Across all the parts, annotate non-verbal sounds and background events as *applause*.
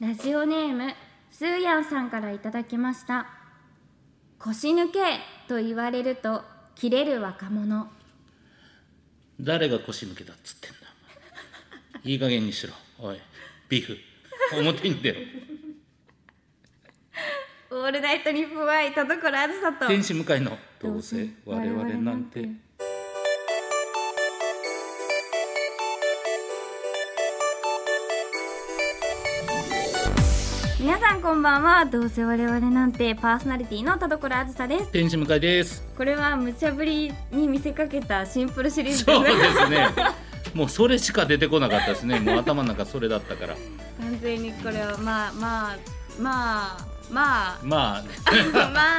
ラジオネームスーヤンさんからいただきました腰抜けと言われると切れる若者誰が腰抜けだっつってんだお前いい加減にしろおいビーフ表に出ろオールナイトニッポンワイ田所あずさと天使向かいのどうせ我々なんて皆さんこんばんはどうせ我々なんてパーソナリティの田所あずさです天使向かいですこれは無茶ぶりに見せかけたシンプルシリーズですそうねですねもうそれしか出てこなかったですねもう頭の中それだったから完全にこれはまあまあまあまあまあマ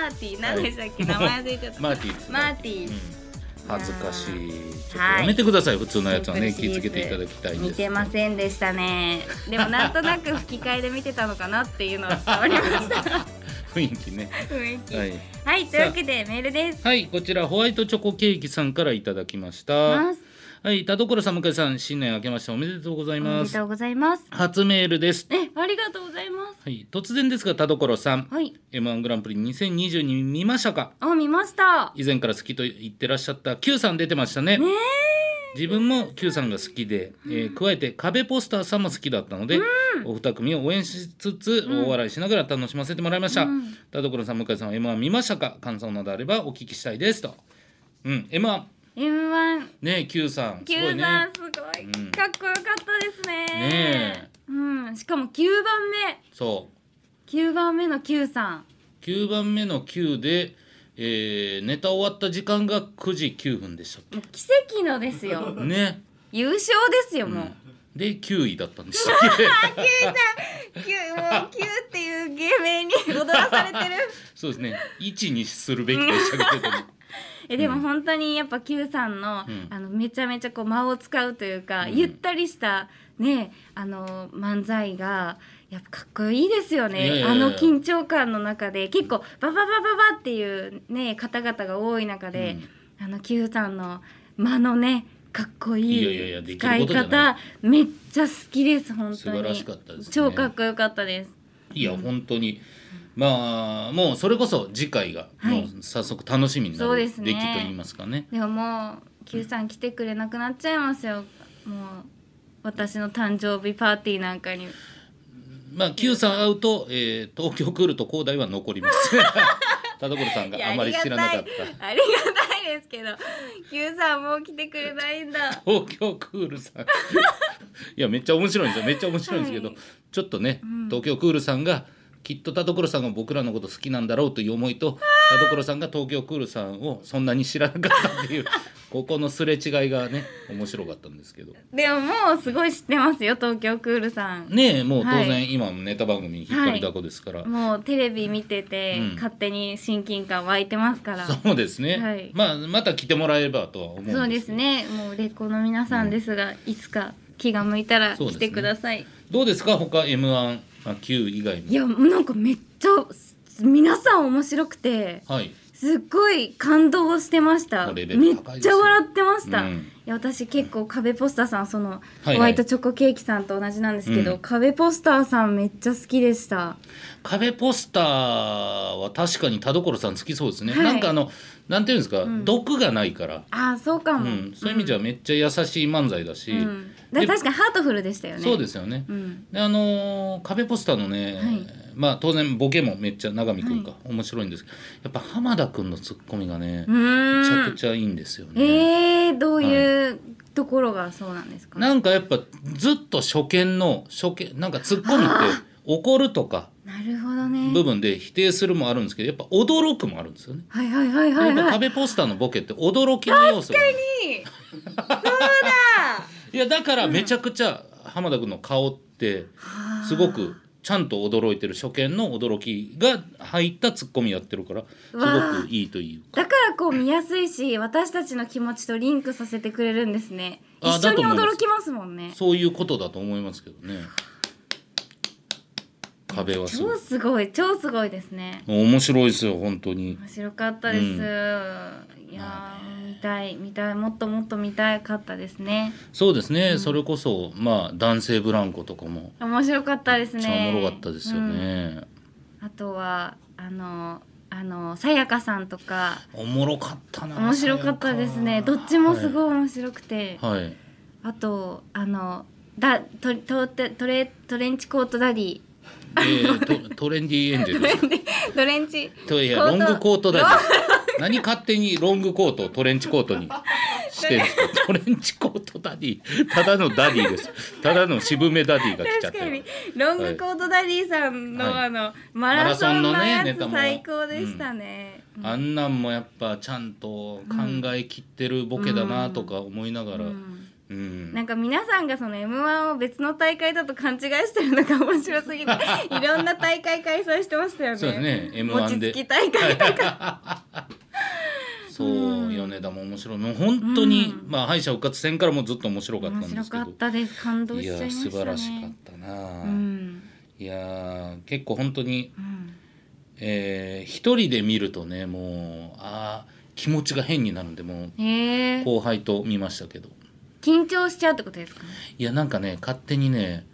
ーティー何でしたっけ名前忘れちゃったマーティーですマーティーうん恥ずかしいちょっとはいやめてください、普通のやつはねシ気ンをプルシつけリーズていただきたいんです見てませんでしたねでもなんとなく吹き替えで見てたのかなっていうのは伝わりました雰囲気ね雰囲気は、はいい、というわけでメールですはい、こちらホワイトチョコケーキさんからいただきましたまはすい田所さん向井さん新年明けましておめでとうござおいめまですとうございます初メールですえありがとうございますはい、突然ですが田所さんはい M1 グランプリ2022見ましたかあ見ました以前から好きと言ってらっしゃった Q さん出てましたねね自分も Q さんが好きで、えー加えて壁ポスターさんも好きだったので、お二組を応援しつつ大笑いしながら楽しませてもらいました、うん田所さん向井さんは M1 見ましたか感想などあればお聞きしたいですとうん M1 え M1 ね Q さんすごい9ね段すごいうんかっこよかったですねねえうんしかも9番目そう9番目の Q さん9番目の Q で、えーネタ終わった時間が9時9分でしたっもう奇跡のです *laughs* よけね優勝ですよもう、で9位だったんでしたっけキュもうキュっていう芸名に踊らされてる *laughs* そうですね1にするべきでしたけどねえでも本当にやっぱ Q さんの,、うんあのめちゃめちゃこう間を使うというか、うんゆったりしたねあの漫才がやっぱかっこいいですよねいやいやいやあの緊張感の中で結構バババババっていうね方々が多い中で、あの Q さんの間のねかっこいいやいやいやいでき使るいことじゃ方なめっちゃ好きです本当に素晴らしかったですね超かっこよかったですいや本当にまあもうそれこそ次回が、はいもう早速楽しみになそうるでべすきとね言いますかねでももう Q さん来てくれなくなっちゃいますよもう私の誕生日パーティーなんかにまあ Q さん会うと、えー東京来ると広大は残ります *laughs* 田所さんいがやあまり知らなかっありがたたいありがたいですけど Q さんもう来てくれないんだ東京クールさんいやめっちゃ面白いんですよめっちゃ面白いんですけど、はいちょっとね、東京クールさんがきっと田所さんが僕らのこと好きなんだろうという思いと田所さんが東京クールさんをそんなに知らなかった *laughs* っていうここのすれ違いがね面白かったんですけどでももうすごい知ってますよ東京クールさんねえもう当はい然今もネタ番組に引っ張りだこですから、もうテレビ見てて、うん勝手に親近感湧いてますからそそうですね、はいまあまた来てもらえればとは思うんですけどうですねもうレコの皆さんですが、いつか気が向いたらそうで来すねてください、どうですか他 M1 あ Q 以外いもやなんかめっちゃ皆さん面白くてはいすっごい感動してました、もうレベめル高いっですねちゃ笑ってました、うんいや私結構壁ポスターさんその、はいホワイトチョコケーキさんと同じなんですけど、うん壁ポスターさんめっちゃ好きでした壁ポスターは確かに田所さん好きそうですね、はいなんかあのなんていうんですか、毒がないから、ああそうかうも、ん、そういう意味じゃめっちゃ優しい漫才だし、うんだ確かにハートフルでしたよねそうですよね、うんであのー壁ポスターのね、はいまあ当然ボケもめっちゃ永見くんか、面白いんですけどやっぱ浜田くんのツッコミがね、うーんめちゃくちゃいいんですよね、えー、どういうところがそうなんですか、なんかやっぱずっと初見の初見なんかツッコミって怒るとかなるほどね部分で否定するもあるんですけどやっぱ驚くもあるんですよねはいはいはいはやいっぱはい壁ポスターのボケって驚きの要素がいいそういやだからめちゃくちゃ浜田君の顔ってだすごくちゃんと驚いてる初見の驚きが入ったツッコミやってるからすごくいいというだからこう見やすいし私たちの気持ちとリンクさせてくれるんですねあ一緒にだと思います驚きますもんねそういうことだと思いますけどね。壁はすご超いすごい超すごいですね面白いですよ本当に面白かったです、うんいやー見たい見たいもっともっと見たかったですねそうですね、それこそまあ男性ブランコとかも面白かったですめっねちゃおもろかったですよね、うんあとはあのあのさやかさんとかおもろかったな面白かったですねどっちもすごい面白くて、はい、はいあとあのだととてトレトレンチコートダディえー、トトレンディエンジェルですトレンチといやコーロトングコートだよ何勝手にロングコートをトレンチコートにしてるんですか *laughs* トレンチコートダディただのダディですただの渋めダディが来ちゃっ確てかるにロングコートダディさんの、はいあのマラソンのマラソンのねやネタつも最高でしたね。あんなんもやっぱちゃんと考えきってるボケだなとか思いながら、ううんんうんなんか皆さんがその M1 を別の大会だと勘違いしてるのが面白すぎ *laughs* ていろんな大会開催してましたよね。そうですね M1 餅でつき大会とか。そう、うん米田も面白いもう本当に、うまあ敗者復活戦からもずっと面白かったん面ですけど白かったです。感動しいちゃいまやしたね。素晴らしかったな、うんいやー結構本当に、うんえー一人で見るとねもうあー気持ちが変になるんでもうへえ。後輩と見ましたけど緊張しちゃうってことですか。いやなんかね勝手にね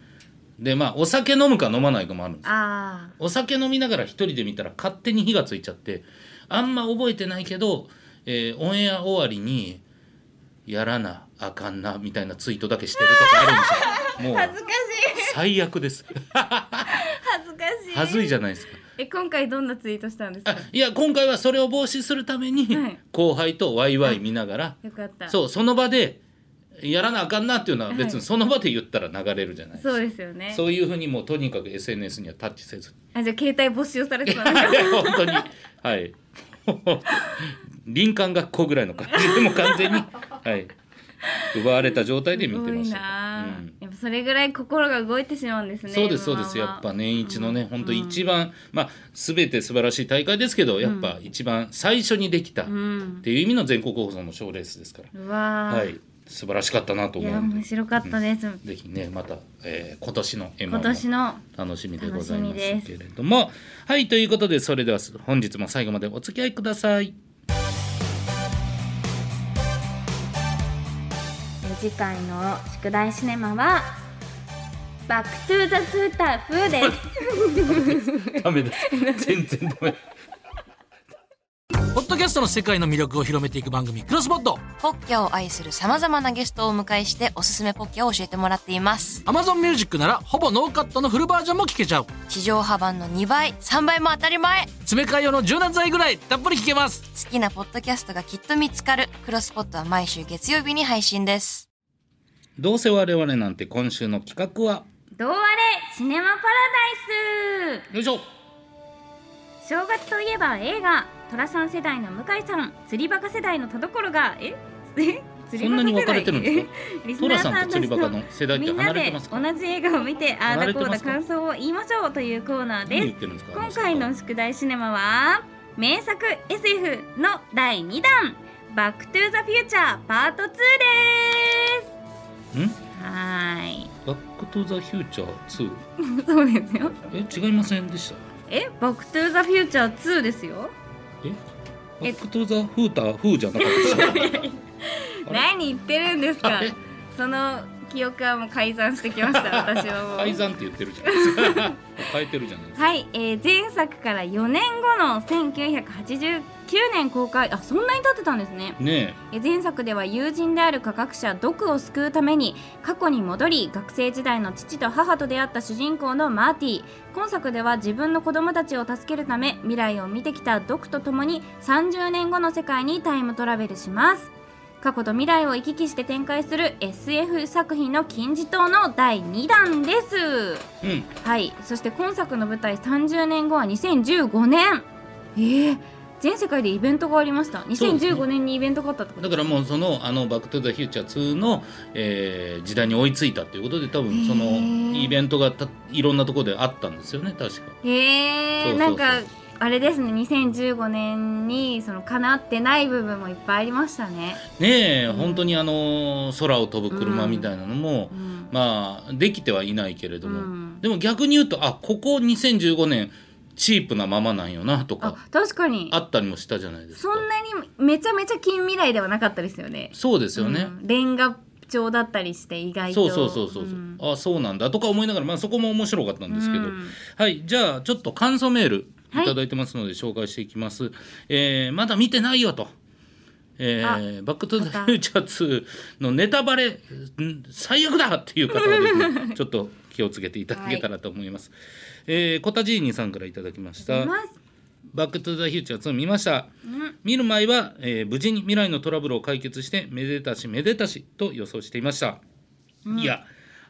でまあお酒飲むか飲まないかもあるんですあお酒飲みながら一人で見たら勝手に火がついちゃってあんま覚えてないけど、えーオンエア終わりに「やらなあかんな」みたいなツイートだけしてる時あるんですよ。あ。も恥 *laughs* うずかしい。最悪です。恥ずかしい。はずいじゃないですか。え今回どんなツイートしたんですあか。いや今回はそれを防止するために、はい後輩とワイワイ見ながら、よかった。そうその場でやらなあかんなっていうのは別はにいその場で言ったら流れるじゃないですか。そうですよね。そういうふうにもうとにかく SNS にはタッチせずあじゃあ携帯募集されてたんですか。本当にはい *laughs* 林間学校ぐらいの感じでもう完全にはい奪われた状態で見てましすごいたなあ、うんやっぱそれぐらい心が動いてしまうんですね。そうですそう今ではすやっぱ。年一のね、うん本当一番、まあ全て素晴らしい大会ですけどやっぱ一番最初にできたっうん。ていう意味の全国放送の賞レースですから、うわあ。。はいい素晴らしかったなと思やうんで面白かったです。ぜひねまた、えー今年の M1 も今年の楽しみでございます楽しみですけれどもはいということでそれでは本日も最後までお付き合いください次回の宿題シネマはバックトゥーザフーター風です。ダメです全然ダメポッドキャストの世界の魅力を広めていく番組、クロスボットポッキャを愛する様々なゲストをお迎えしておすすめポッキャを教えてもらっています。 Amazon Music なら、ほぼノーカットのフルバージョンも聞けちゃう。地上波版の2倍、3倍も当たり前詰め替え用の柔軟剤ぐらい、たっぷり聞けます。好きなポッドキャストがきっと見つかる。クロスポットは毎週月曜日に配信です。どうせ我々なんて今週の企画はどうあれシネマパラダイス。よいしょ正月といえば映画寅さん世代の向井さん釣りバカ世代の田所がえ *laughs* え釣そんなに分かれてるんですかリスナ寅ーさんさんとたち釣りバカとの世代っみてんな離れてでますか同じ映画を見てああ離だれこてうまだすか感想を言いましょうというコーナー何言でってるんですすか今回の宿題シネマは名作 SF の第2弾バックトゥザフューチャーパート2ですはんー *laughs* いバックトゥザフューチャーそうですよ2え違いませんでしたえバックトゥザフューチャー2ですよえバえックトゥザフーターフーじゃなか *laughs* ったでしたあれ何言ってるんですかあれその記憶はもう改ざんしてき *laughs* ました私はもう改ざんって言ってるじゃないですか *laughs* 変えてるじゃないですかはい、えー前作から4年後の1989年公開あそんなに経ってたんですねねえー前作では友人である科学者ドクを救うために過去に戻り学生時代の父と母と出会った主人公のマーティ今作では自分の子供たちを助けるため未来を見てきたドクと共に30年後の世界にタイムトラベルします過去と未来を行き来して展開する SF 作品の金字塔の第2弾ですえうんはい、そして今作の舞台30年後は2015年。ええ全世界でイベントがありました。そうですね2015年にイベントがあったってことだからもうその「あのバック・トゥ・ザ・フューチャー2の」えー時代に追いついたということで多分そへのーイベントがたいろんなところであったんですよね確か。えそうえそうなそんうかあれですね。2015年にその叶ってない部分もいっぱいありましたね。ねえ、うん本当にあの空を飛ぶ車みたいなのもう、ん、まあできてはいないけれども、うんでも逆に言うとあここ2015年チープなままなんよなとあか確かにあったりもしたじゃないですかそんなにめちゃめちゃ近未来ではなかったですよねそうですよね、うんレンガ調だったりして意外そとうそうそうそう、うんあそうなんだとか思いながら、まあ、そこも面白かったんですけど、うんはいじゃあちょっと感想メールはいいただいてますので紹介していきます、えーまだ見てないよと。えーバック・トゥ・ザ・フューチャー2のネタバレん最悪だっていう方はですねちょっと気をつけていただけたらと思います、えーコタジーニさんからいただきましありたまバック・トゥ・ザ・フューチャー2見ました、見る前は、えー無事に未来のトラブルを解決してめでたしめでたしと予想していました、いや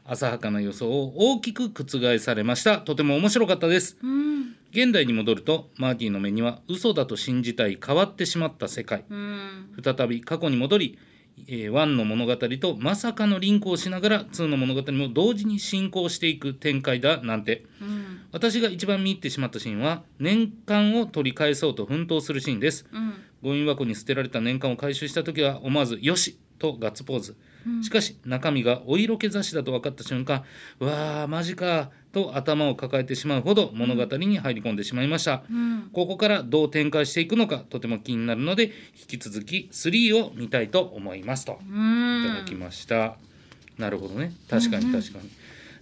浅はかな予想を大きく覆されましたとても面白かったです、現代に戻るとマーティの目には嘘だと信じたい変わってしまった世界、うん再び過去に戻り、えー、1の物語とまさかのリンクをしながら2の物語も同時に進行していく展開だなんて、私が一番見入ってしまったシーンは年間を取り返そうと奮闘するシーンです、ゴミ箱に捨てられた年間を回収した時は思わず「よし!」とガッツポーズ、しかし中身がお色気雑誌だと分かった瞬間「うわあマジか!」と頭を抱えてしまうほど物語に入り込んでしまいました、ここからどう展開していくのかとても気になるので引き続き3を見たいと思いますとうんいただきました、なるほどね確かに確かに、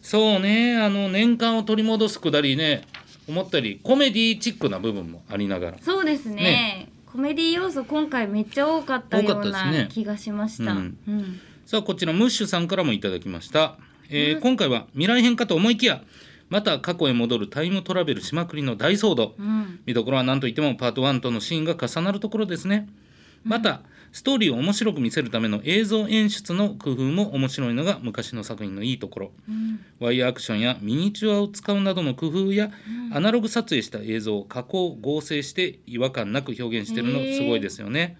そうねあの年間を取り戻すくだりね思ったよりコメディチックな部分もありながらそうですねねコメディ要素今回めっちゃ多かったよう多かったなですね気がしました。うんうんさあこちらムッシュさんからもいただきました、えー今回は未来編かと思いきやまた過去へ戻るタイムトラベルしまくりの大騒動、うん見どころは何といってもパート1とのシーンが重なるところですねまた、ストーリーを面白く見せるための映像演出の工夫も面白いのが昔の作品のいいところ、ワイヤーアクションやミニチュアを使うなどの工夫や、アナログ撮影した映像を加工合成して違和感なく表現してるのへーすごいですよね、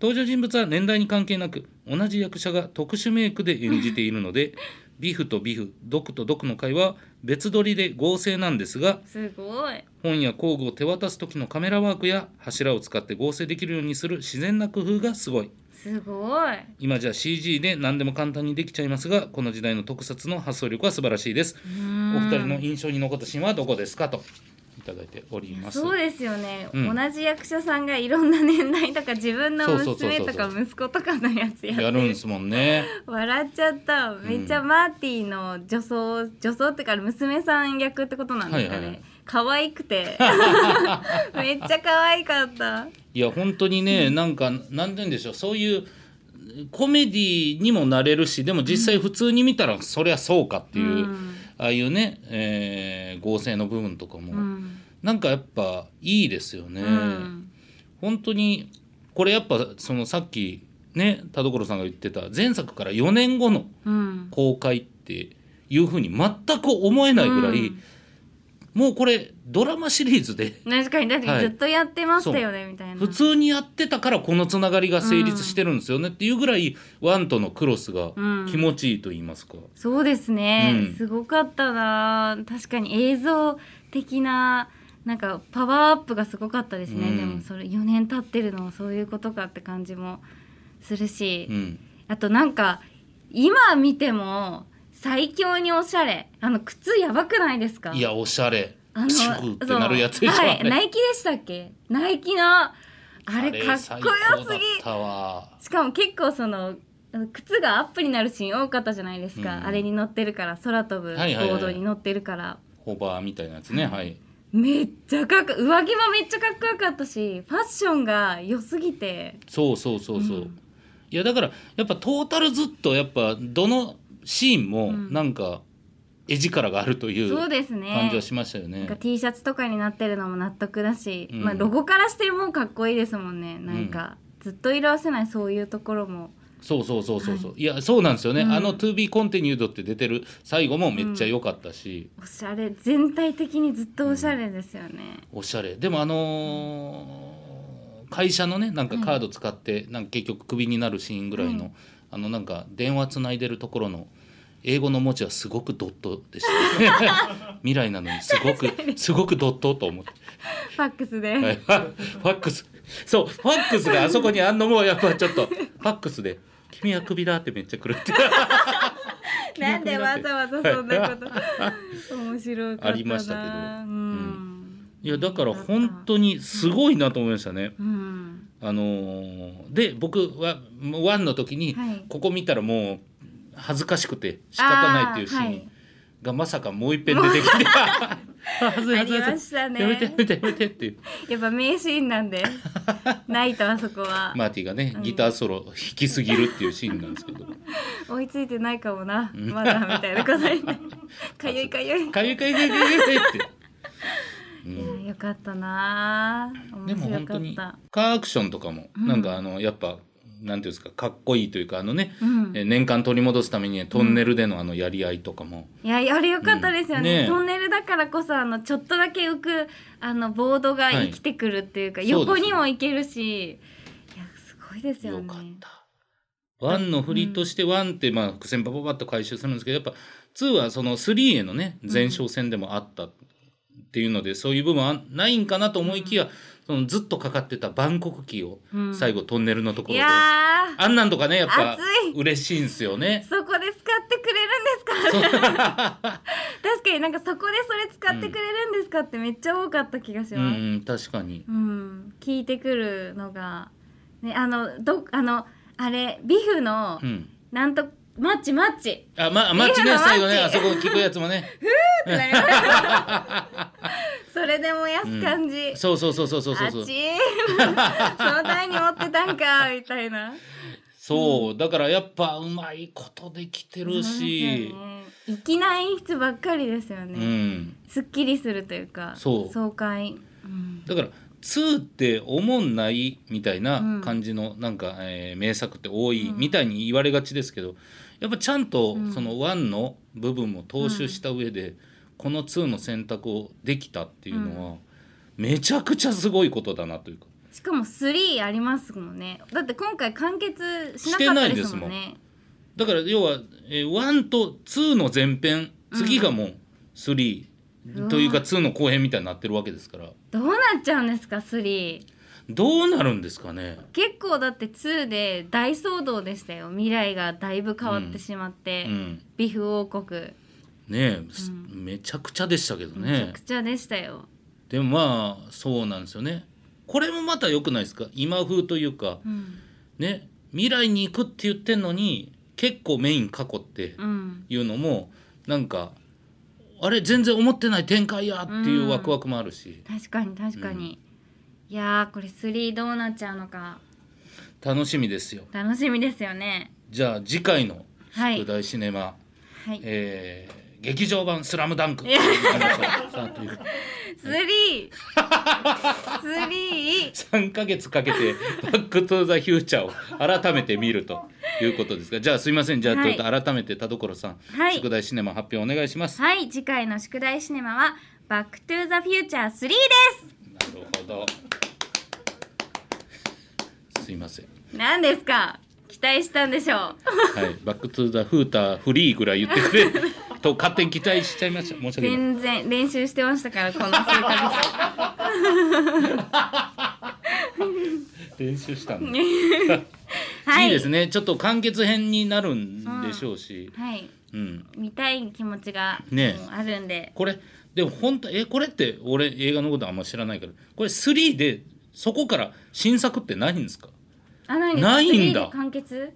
登場人物は年代に関係なく同じ役者が特殊メイクで演じているのでビフとビフドクとドクの会は別撮りで合成なんですがすごい。本や工具を手渡す時のカメラワークや柱を使って合成できるようにする自然な工夫がすごいすごい。今じゃ CG で何でも簡単にできちゃいますがこの時代の特撮の発想力は素晴らしいですお二人の印象に残ったシーンはどこですかといただいておりますそうですよね、うん同じ役者さんがいろんな年代とか自分のそうそうそう娘そうとか息子とかのやつやってやるんですもんね笑っちゃっためっちゃマーティの女装、女装ってか娘さん役ってことなんですかはいはいはねい可愛く *laughs* てめっちゃ可愛かったいや本当にね、なんかなんて言うんでしょうそういうコメディにもなれるしでも実際普通に見たらそりゃそうかっていう、うんああいうね、えー合成の部分とかも、うん、なんかやっぱいいですよね、うん本当にこれやっぱそのさっきね田所さんが言ってた前作から4年後のうん公開っていうふうに全く思えないぐらい、うんもうこれドラマシリーズで確かに確かはにいずっとやってましたよね、みたいな普通にやってたからこのつながりが成立してるんですよねっていうぐらいワンとのクロスがうん気持ちいいと言いますか、そうですね、うんすごかったな確かに映像的ななんかパワーアップがすごかったですね、うんでもそれ4年経ってるのもそういうことかって感じもするし、うん、あとなんか今見ても最強におしゃれあの靴やばくないですかいやおしゃれあのピシュってなるやつでしょそうは *laughs* あいれナイキでしたっけナイキのあれかっこ最よ高すだっぎたわしかも結構その靴がアップになるシーン多かったじゃないですか、うんあれに乗ってるから空飛ぶボはいはいはいードに乗ってるから、ホバーみたいなやつねはいめっちゃかっこ上着もめっちゃかっこよかったしファッションが良すぎてそうそうそうそう、いやだからやっぱトータルずっとやっぱどのシーンもなんか絵力があるというそう感ですねじはしましたよなねんか T シャツとかになってるのも納得だし、うんまあ、ロゴからしてもうかっこいいですもんねなんか、ずっと色あせないそういうところもそうそうそうそうそう、い、やそうなんですよね、あの「TOBECONTINUED」って出てる最後もめっちゃ良かったし、おしゃれ全体的にずっとおしゃれですよね、おしゃれでもあのー会社のねなんかカード使って、なんか結局クビになるシーンぐらいの、あのなんか電話つないでるところの英語の文字はすごくドットでした、 *laughs* 未来なのにすごくすごくドットと思ってファックスで、はい、ファファックスそうファックスがあそこにあんのもやっぱちょっとファックスで「君はクビだ」ってめっちゃ来るってなんでわざわざそんなこと面白かったなありましたけどうん、いやだから本当にすごいなと思いましたね。うんあのーで僕はワンの時にはいここ見たらもう恥ずかしくて仕方ないっていうシあーはーいンがまさかもう一遍出て *laughs* きてあ恥ずあい恥ずりいま恥ずしたいやめてやねめてやめてっていうやっぱ名シーンなん *laughs* でないとあそこは、マーティがねうんギターソロ弾きすぎるっていうシーンなんです *laughs* けど追いついてないかもなまだみたいなことに *laughs* なるかゆいかゆいかゆいかゆいかゆいかゆいって。うんいやよかったなあで面も白本か当っにたカーアクションとかも、うんなんかあのやっぱなんていうんですかかっこいいというかあのね、うんえ年間取り戻すためにねトンネルでのあのやり合いとかも、いやあれよかったですよね,、うんねえトンネルだからこそあのちょっとだけ浮くあのボードが生きてくるっていうか、はい横そうですにねも行けるしいやすごいですよよねかった。ワンの振りとしてワンってまあ伏線パパパッと回収するんですけどやっぱツーはそのスリーへのね前哨戦でもあったっていうので、そういう部分はないんかなと思いきや、そのずっとかかってたバンコクキーをうん最後トンネルのとこいろで、やあんなんとかねやっぱ熱い嬉しいんですよーね。そこで使ってくれるんですか確かになんかそこでそれ使ってくれるんですかってめっちゃ多かった気がしうます、ん確かにうん聞いてくるのが、ね、あのどあのあれビフのうんなんと、マッチマッ *laughs* チあ、ま、マッチいいね、よ最後ね、マあッチそこ聞くやつ *laughs* もね。ってなりましたそれで燃やす感じ、そうそうそうそうそうそあうっちそう。ーその台に持ってたんかみたいなそう、だからやっぱうまいことできてるしそうですよ。ね粋な演出ばっかりですようね、ん。すっきりするというかそう爽快、うんだから、2っておもんないみたいうんな感じの、なんか、えー名作って多いみたいに言われがちですけど、やっぱちゃんとうんその1の部分も踏襲した上で、この2の選択をできたっていうのは、めちゃくちゃすごいことだなというか。しかも3ありますもんねだって今回完結しなかったですもんねだから要は、えー、1と2の前編次がもう3、うわというか2の後編みたいになってるわけですからどうなっちゃうんですか3どうなるんですかね、結構だって2で大騒動でしたよ未来がだいぶ変わってしまっうて、ん、ビフ王国ねえ、すうんめちゃくちゃでしたけどめちゃねくちゃでしたよ、でもまあそうなんですよねこれもまた良くないですか今風というかうんね未来に行くって言ってんのに結構メイン過去ってうんいうのもなんかあれ全然思ってない展開やっていうワクワクもあるし、確かに確かに、いやーこれ3どうなっちゃうのか楽しみですよ楽しみですよねじゃあ次回のはい宿題シネマ、はいえー劇場版スラム *laughs* ダンク。やさあという3 *laughs* 3三ヶ月かけてバックトゥザフューチャーを改めて見るということですが、じゃあすいません、じゃあ、はいちょっと改めて田所さん、はい宿題シネマ発表お願いします。はい次回の宿題シネマはバックトゥザフューチャー3でなるほど。すいません。す何ですか期待したんでしょうはい、バックトゥザフーターフリーぐらい言って *laughs* くれと勝手に期待しちゃいました。申し訳ない。全然練習してましたからこの数ヶ *laughs* 練習したんで。月はいいですね。ちょっと完結編になるんでしょうし、はいうん、見たい気持ちが、ねえうんあるんでこれでも本当えこれって俺映画のことあんま知らないからこれ3でそこから新作ってないんですかあないですないんだ3で完結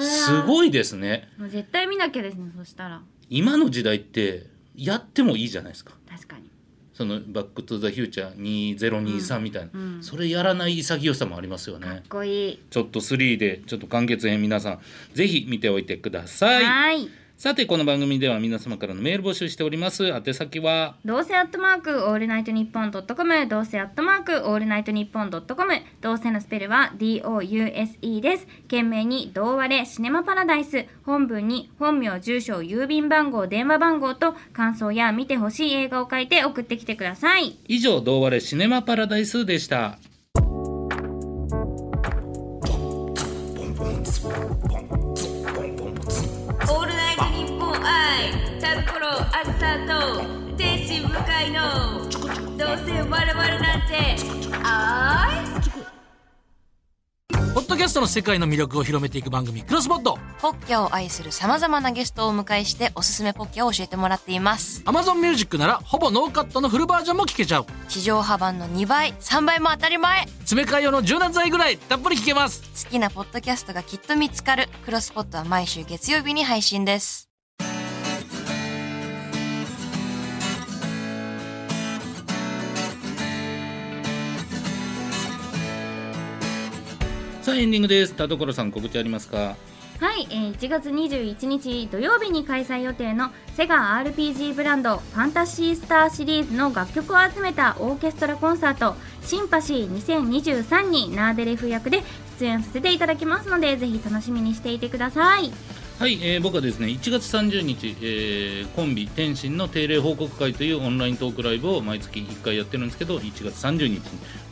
すいごいですねもう絶対見なきゃですねそしたら今の時代ってやってもいいじゃないですか確かにその「バック・トゥ・ザ・フューチャー2023」みたいな、うんうんそれやらない潔さもありますよかっねこいい、ちょっと3でちょっと完結編皆さんぜひ見ておいてくださいはいさてこの番組では皆様からのメール募集しております宛先はどうせアットマークオールナイトニッポンドットコムどうせアットマークオールナイトニッポンドットコムどうせのスペルは DOUSE です件名に「どうわれシネマパラダイス」本文に本名住所郵便番号電話番号と感想や見てほしい映画を書いて送ってきてください以上「どうわれシネマパラダイス」でした「オールナイトニッポン愛タルコロアスターと天使向かいのどうせ我々なんて愛」ポッドドキャストの世界の魅力を広めていく番組、クロスポット。ポッキャを愛する様々なゲストをお迎えしておすすめポッキャを教えてもらっています。 Amazon Music なら、ほぼノーカットのフルバージョンも聞けちゃう。地上波版の2倍、3倍も当たり前詰め替え用の柔軟剤ぐらい、たっぷり聞けます。好きなポッドキャストがきっと見つかる。クロスポットは毎週月曜日に配信です。さあエンディングです田所さん告知ありますかはい、えー1月21日土曜日に開催予定のセガ RPG ブランドファンタシースターシリーズの楽曲を集めたオーケストラコンサート「シンパシー2023」にナーデレフ役で出演させていただきますのでぜひ楽しみにしていてくださいはい、えー僕はですね1月30日、えーコンビ天心の定例報告会というオンライントークライブを毎月1回やってるんですけど1月30日に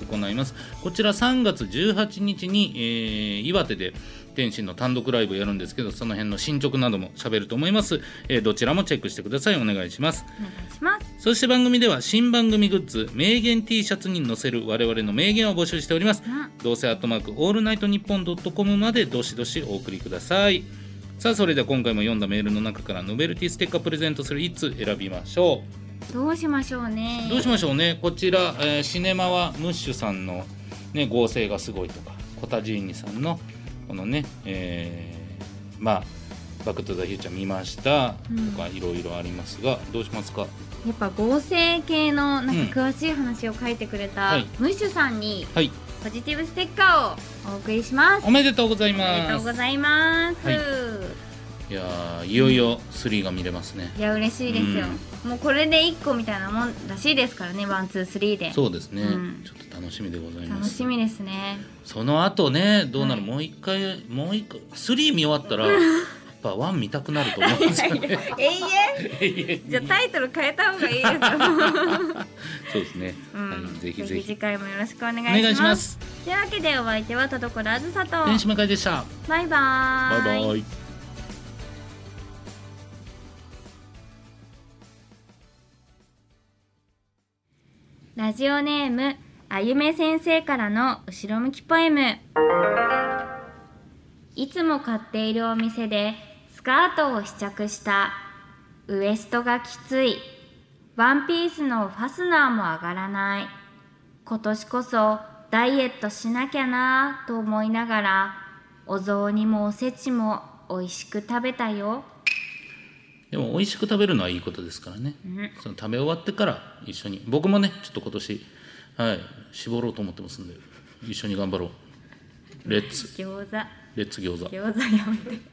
行いますこちら3月18日に、えー岩手で天心の単独ライブをやるんですけどその辺の進捗なども喋ると思います、えーどちらもチェックしてくださいお願いしますお願いしますそして番組では新番組グッズ名言 T シャツに載せる我々の名言を募集しておりますうんどうせアットマークオールナイトニッポンドットコムまでどしどしお送りくださいさあそれでは今回も読んだメールの中からノベルティステッカープレゼントする1通選びましょどうしましょうねうどうしましょうねこちら、えーシネマはムッシュさんの、ね、合成がすごいとかコタジーニさんのこのね、えーまあ「バック・トゥ・ザ・フューチャー」見ましたとかいろいろありますがどうしますかやっぱ合成系のなうんんか詳しい話を書いてくれた、はいムッシュさんにはいポジティブステッカーをお送りしますおめでとうございおめでとまうごすざいます、はいいやーいよいよ3が見れますね、いや嬉しいですよ、もうこれで1個みたいなもんらしいですからねワンツースリーでそうですね、うんちょっと楽しみでございま楽すしみですねその後ねどうなる、はいもう一回もう一回3見終わっ *laughs* たらやっぱ1見たくなると思うんですよね永遠じゃあタイトル変えた方がいいですよ、 *laughs* そうですね、うんはい、ぜひぜひ次回もよろしくお願いしおます願いしますというわけでお相手は田所あずさと天使向かいでしたバイババイーバイラジオネームあゆめ先生からの後ろ向きポエムいつも買っているお店でスカートを試着したウエストがきついワンピースのファスナーも上がらない今年こそダイエットしなきゃなぁと思いながらお雑煮もおせちも美味しく食べたよ、でも美味しく食べるのはいいことですからね、うんその食べ終わってから一緒に僕もねちょっと今年はい絞ろうと思ってますんで一緒に頑張ろうレッツ餃子レッツ餃子餃子やめて